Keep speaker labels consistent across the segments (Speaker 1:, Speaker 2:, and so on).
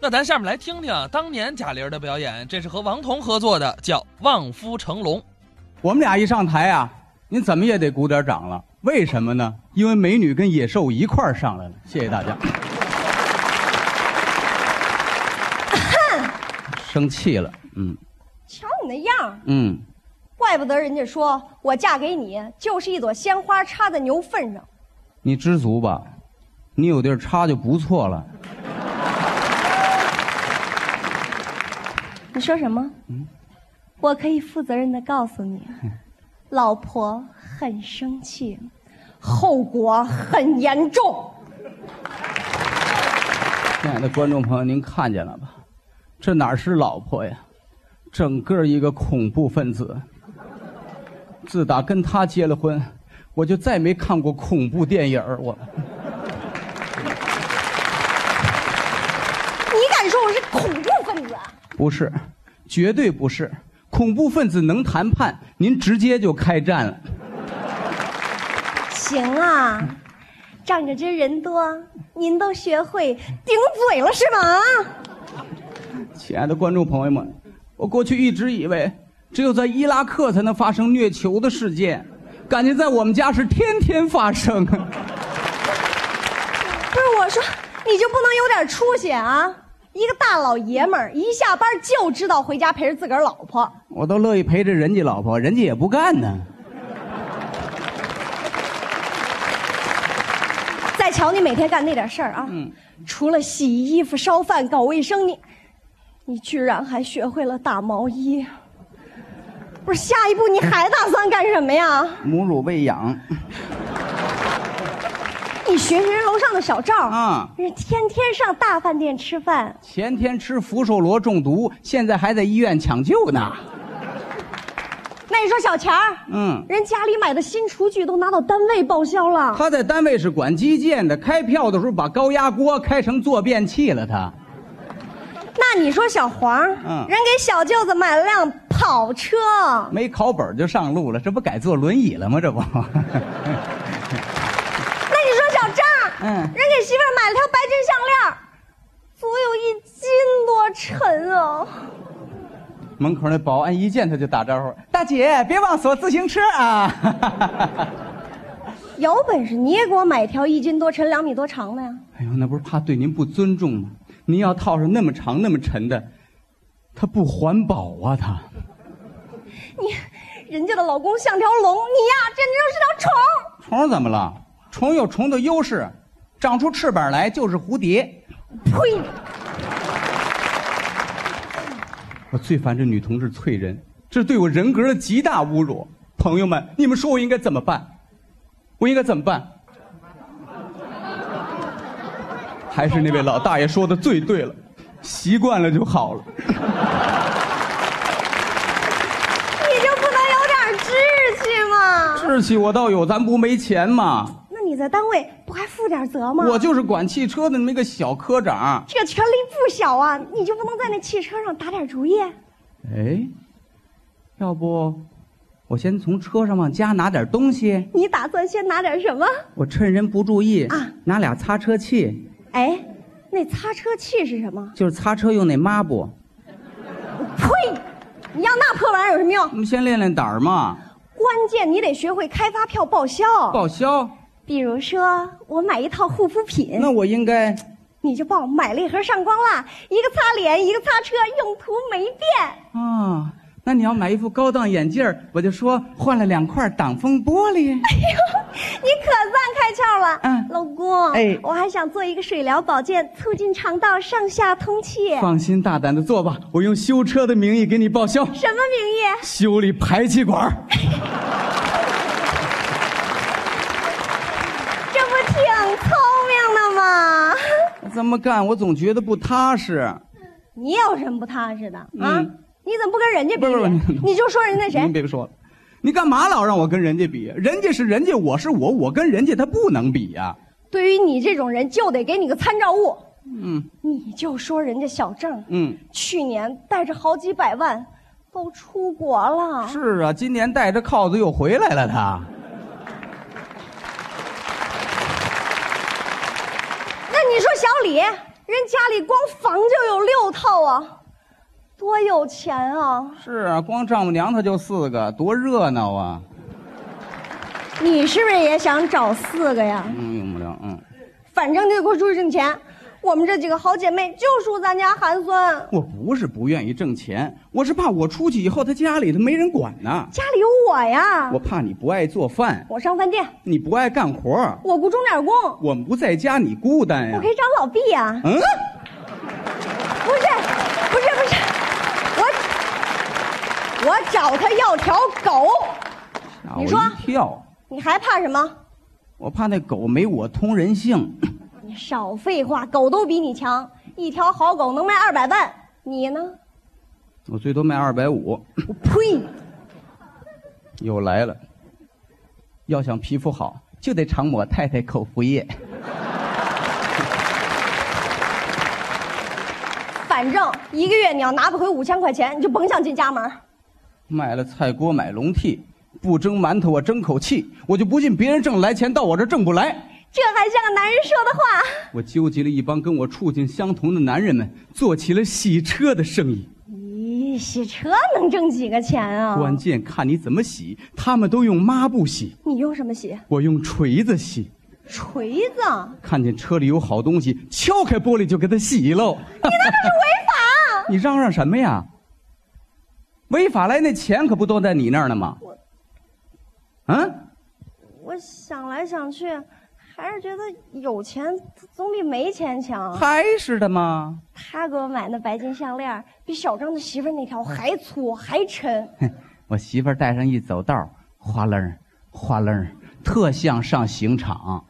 Speaker 1: 那咱下面来听听啊当年贾玲的表演，这是和王彤合作的，叫《望夫成龙》。
Speaker 2: 我们俩一上台啊，您怎么也得鼓点掌了。为什么呢？因为美女跟野兽一块儿上来了。谢谢大家。生气了，嗯
Speaker 3: 瞧你那样儿，
Speaker 2: 嗯，
Speaker 3: 怪不得人家说我嫁给你就是一朵鲜花插在牛粪上。
Speaker 2: 你知足吧，你有地儿插就不错了。
Speaker 3: 你说什么？我可以负责任的告诉你，老婆很生气，后果很严重。
Speaker 2: 亲爱的观众朋友，您看见了吧？这哪是老婆呀，整个一个恐怖分子。自打跟他结了婚，我就再没看过恐怖电影儿我
Speaker 3: 你敢说我是恐怖分子？啊？
Speaker 2: 不是，绝对不是。恐怖分子能谈判，您直接就开战了。
Speaker 3: 行啊，仗着这人多，您都学会顶嘴了是吧？啊？
Speaker 2: 亲爱的观众朋友们，我过去一直以为只有在伊拉克才能发生虐囚的事件，感觉在我们家是天天发生。
Speaker 3: 不是我说，你就不能有点出息啊？一个大老爷们儿，一下班就知道回家陪着自个儿老婆。
Speaker 2: 我都乐意陪着人家老婆，人家也不干呢。
Speaker 3: 再瞧你每天干那点事儿啊，除了洗衣服、烧饭、搞卫生，你，你居然还学会了打毛衣。不是，下一步你还打算干什么呀？
Speaker 2: 母乳喂养
Speaker 3: 你学学人楼上的小赵，
Speaker 2: 啊，
Speaker 3: 人天天上大饭店吃饭，
Speaker 2: 前天吃福寿螺中毒，现在还在医院抢救呢。
Speaker 3: 那你说小钱儿，
Speaker 2: 嗯
Speaker 3: 人家里买的新厨具都拿到单位报销了。
Speaker 2: 他在单位是管基建的，开票的时候把高压锅开成坐便器了他。
Speaker 3: 那你说小黄，
Speaker 2: 嗯
Speaker 3: 人给小舅子买了辆跑车，
Speaker 2: 没考本就上路了，这不改坐轮椅了吗？这不，
Speaker 3: 那你说小张，
Speaker 2: 嗯
Speaker 3: 人给媳妇儿买了条白金项链，足有一斤多沉啊！
Speaker 2: 门口那保安一见他就打招呼：“大姐，别忘锁自行车啊！”
Speaker 3: 有本事你也给我买一条一斤多沉、两米多长的呀！
Speaker 2: 哎呦，那不是怕对您不尊重吗？您要套上那么长那么沉的，它不环保啊！它
Speaker 3: 你，人家的老公像条龙，你呀简直就是条虫！
Speaker 2: 虫儿怎么了？虫有虫的优势，长出翅膀来就是蝴蝶。
Speaker 3: 呸！
Speaker 2: 我啊最烦这女同志啐人，这是对我人格的极大侮辱。朋友们，你们说我应该怎么办？我应该怎么办？还是那位老大爷说的最对了，习惯了就好了。
Speaker 3: 你就不能有点志气吗？
Speaker 2: 志气我倒有，咱不没钱嘛。
Speaker 3: 那你在单位不还负点责吗？
Speaker 2: 我就是管汽车的那么一个小科长。
Speaker 3: 这权力不小啊，你就不能在那汽车上打点主意？
Speaker 2: 哎，要不我先从车上往家拿点东西，
Speaker 3: 你打算先拿点什么？
Speaker 2: 我趁人不注意
Speaker 3: 啊
Speaker 2: 拿俩擦车器，
Speaker 3: 哎，那擦车器是什么？
Speaker 2: 就是擦车用那抹布。
Speaker 3: 呸！你要那破玩意儿有什么用
Speaker 2: 我？们先练练胆儿嘛，
Speaker 3: 关键你得学会开发票报销。
Speaker 2: 报销。
Speaker 3: 比如说，我买一套护肤品，
Speaker 2: 那我应该
Speaker 3: 你就帮我买了一盒上光蜡，一个擦脸，一个擦车，用途没变。
Speaker 2: 啊，那你要买一副高档眼镜儿，我就说换了两块挡风玻璃。
Speaker 3: 你可算开窍了，
Speaker 2: 嗯
Speaker 3: 老公。
Speaker 2: 哎
Speaker 3: 我还想做一个水疗保健，促进肠道上下通气。
Speaker 2: 放心大胆的做吧，我用修车的名义给你报销，
Speaker 3: 什么名义？
Speaker 2: 修理排气管儿。
Speaker 3: 这不挺聪明的吗？
Speaker 2: 这么干我总觉得不踏实。
Speaker 3: 你有什么不踏实的啊？
Speaker 2: 嗯
Speaker 3: 你怎么不跟人家比
Speaker 2: 不是不是嗯
Speaker 3: 比？你就说人家谁
Speaker 2: 您？别说了，你干嘛老让我跟人家比？人家是人家，我是我，我跟人家他不能比呀、
Speaker 3: 对于你这种人，就得给你个参照物。
Speaker 2: 嗯
Speaker 3: 你就说人家小郑，
Speaker 2: 嗯，
Speaker 3: 去年带着好几百万，都出国了。
Speaker 2: 是啊，今年带着铐子又回来了他。
Speaker 3: 那你说小李，人家里光房就有啊，多有钱啊！
Speaker 2: 是啊，光丈母娘她就四个，多热闹啊！
Speaker 3: 你是不是也想找四个呀？
Speaker 2: 嗯，用不了，嗯，
Speaker 3: 反正就给我出去挣钱。我们这几个好姐妹就属咱家寒酸，
Speaker 2: 我不是不愿意挣钱，我是怕我出去以后，她家里她没人管呢。
Speaker 3: 家里有我呀。
Speaker 2: 我怕你不爱做饭，
Speaker 3: 我上饭店，
Speaker 2: 你不爱干活儿，
Speaker 3: 我雇钟点工，
Speaker 2: 我们不在家你孤单呀
Speaker 3: 我可。以找老毕呀、
Speaker 2: 嗯，
Speaker 3: 不是，不是，不是，我我找他要条狗，
Speaker 2: 吓
Speaker 3: 你
Speaker 2: 我
Speaker 3: 说
Speaker 2: 一跳，
Speaker 3: 你还怕什么？
Speaker 2: 我怕那狗没我通人性。
Speaker 3: 你少废话，狗都比你强，一条好狗能卖二百万，你呢？
Speaker 2: 我最多卖二百五，
Speaker 3: 我呸！
Speaker 2: 又来了。要想皮肤好，就得常抹太太口服液。
Speaker 3: 反正一个月你要拿不回五千块钱，你就甭想进家门。
Speaker 2: 卖了菜锅买笼屉，不蒸馒头我争口气，我就不信别人挣来钱到我这儿挣不来。
Speaker 3: 这还像个男人说的话？
Speaker 2: 我纠集了一帮跟我处境相同的男人们，做起了洗车的生意。
Speaker 3: 咦，洗车能挣几个钱啊？
Speaker 2: 关键看你怎么洗，他们都用抹布洗，
Speaker 3: 你用什么洗？
Speaker 2: 我用锤子洗。
Speaker 3: 锤子？啊
Speaker 2: 看见车里有好东西，敲开玻璃就给它洗喽。你那就是违法！啊你嚷嚷什么呀？违法来那钱可不都在你那儿呢吗？
Speaker 3: 我
Speaker 2: 嗯，
Speaker 3: 我想来想去，还是觉得有钱总比没钱强。
Speaker 2: 还是的吗？
Speaker 3: 他给我买那白金项链，比小张的媳妇儿那条还粗还沉。
Speaker 2: 哼 我媳妇儿带上一走道儿，哗楞儿哗楞儿，特像上刑场。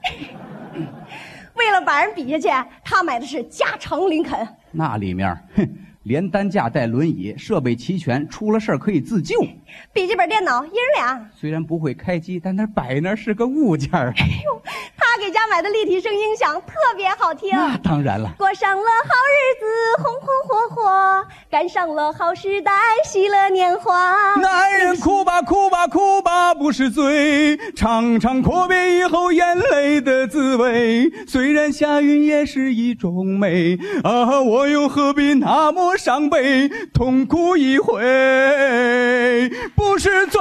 Speaker 3: 为了把人比下去，他买的是加长林肯。
Speaker 2: 那里面儿，哼，连担架带轮椅，设备齐全，出了事儿可以自救。
Speaker 3: 笔记本电脑一人俩，
Speaker 2: 虽然不会开机，但它摆那儿是个物件儿。
Speaker 3: 他给家买的立体声音响特别好听。
Speaker 2: 那当然了。
Speaker 3: 过上了好日子，红红火火，赶上了好时代，喜乐年华。
Speaker 2: 男人哭吧哭吧哭吧不是罪，尝尝阔别以后眼泪的滋味。虽然下雨也是一种美，啊，我又何必那么伤悲？痛哭一回不是罪。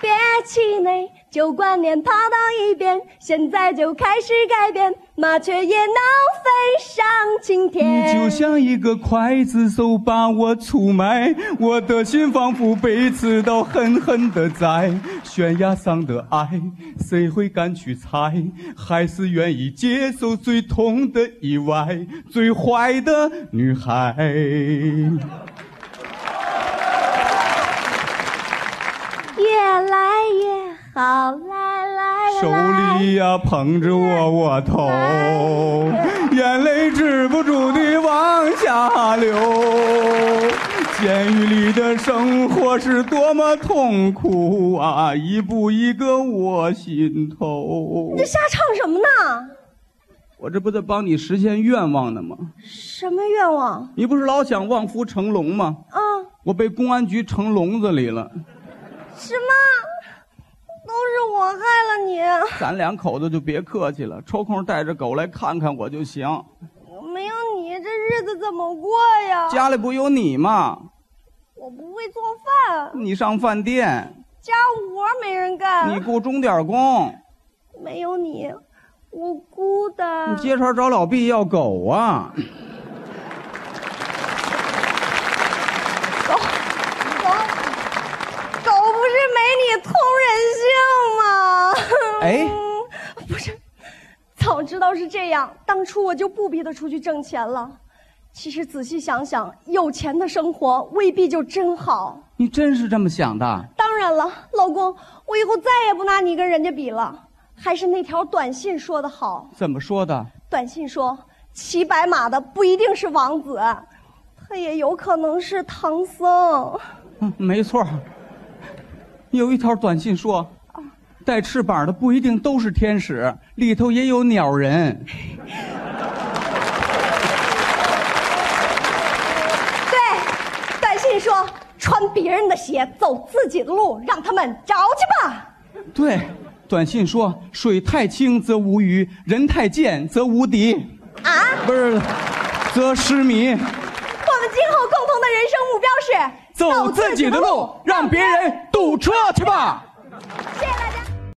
Speaker 3: 别气馁，旧观念抛到一边，现在就开始改变，麻雀也能飞上青
Speaker 2: 你
Speaker 3: 天。
Speaker 2: 就像一个刽子手把我出卖，我的心仿佛被刺刀狠狠的宰。悬崖上的爱，谁会敢去猜？还是愿意接受最痛的意外，最坏的女孩。
Speaker 3: 越来越好，来来来，
Speaker 2: 手里呀、捧着我我头，眼泪止不住地往下流。监狱里的生活是多么痛苦啊！一步一个我心头
Speaker 3: 你这。瞎唱什么呢？
Speaker 2: 我这不在帮你实现愿望呢吗？
Speaker 3: 什么愿望
Speaker 2: 你不是老想望夫成龙吗？
Speaker 3: 啊？
Speaker 2: 我被公安局成笼子里了，
Speaker 3: 什么？都是我害了你，
Speaker 2: 咱两口子就别客气了，抽空带着狗来看看我就行。
Speaker 3: 没有你这日子怎么过呀？
Speaker 2: 家里不有你吗？
Speaker 3: 我不会做饭，
Speaker 2: 你上饭店。
Speaker 3: 家务活没人
Speaker 2: 你
Speaker 3: 干，
Speaker 2: 雇钟点工，
Speaker 3: 没有你，我孤单。
Speaker 2: 你接茬找老毕要狗啊？
Speaker 3: 狗狗狗不是没你通人性吗？
Speaker 2: 哎
Speaker 3: 不是，早知道是这样，当初我就不逼他出去挣钱了。其实仔细想想，有钱的生活未必就真好。
Speaker 2: 你真是这么想的？
Speaker 3: 当然了，老公，我以后再也不拿你跟人家比了。还是那条短信说的好，
Speaker 2: 怎么说的？
Speaker 3: 短信说骑白马的不一定是王子，他也有可能是唐僧。
Speaker 2: 嗯，没错儿。有一条短信说，带翅膀的不一定都是天使，里头也有鸟人。
Speaker 3: 对，短信说穿别人的鞋，走自己的路，让他们着去吧。
Speaker 2: 对，短信说：“水太清则无鱼，人太贱则无敌。”
Speaker 3: 啊，
Speaker 2: 不是，则失迷。
Speaker 3: 我们今后共同的人生目标是
Speaker 2: 走自己的路，让别人堵车去吧。
Speaker 3: 谢谢大家。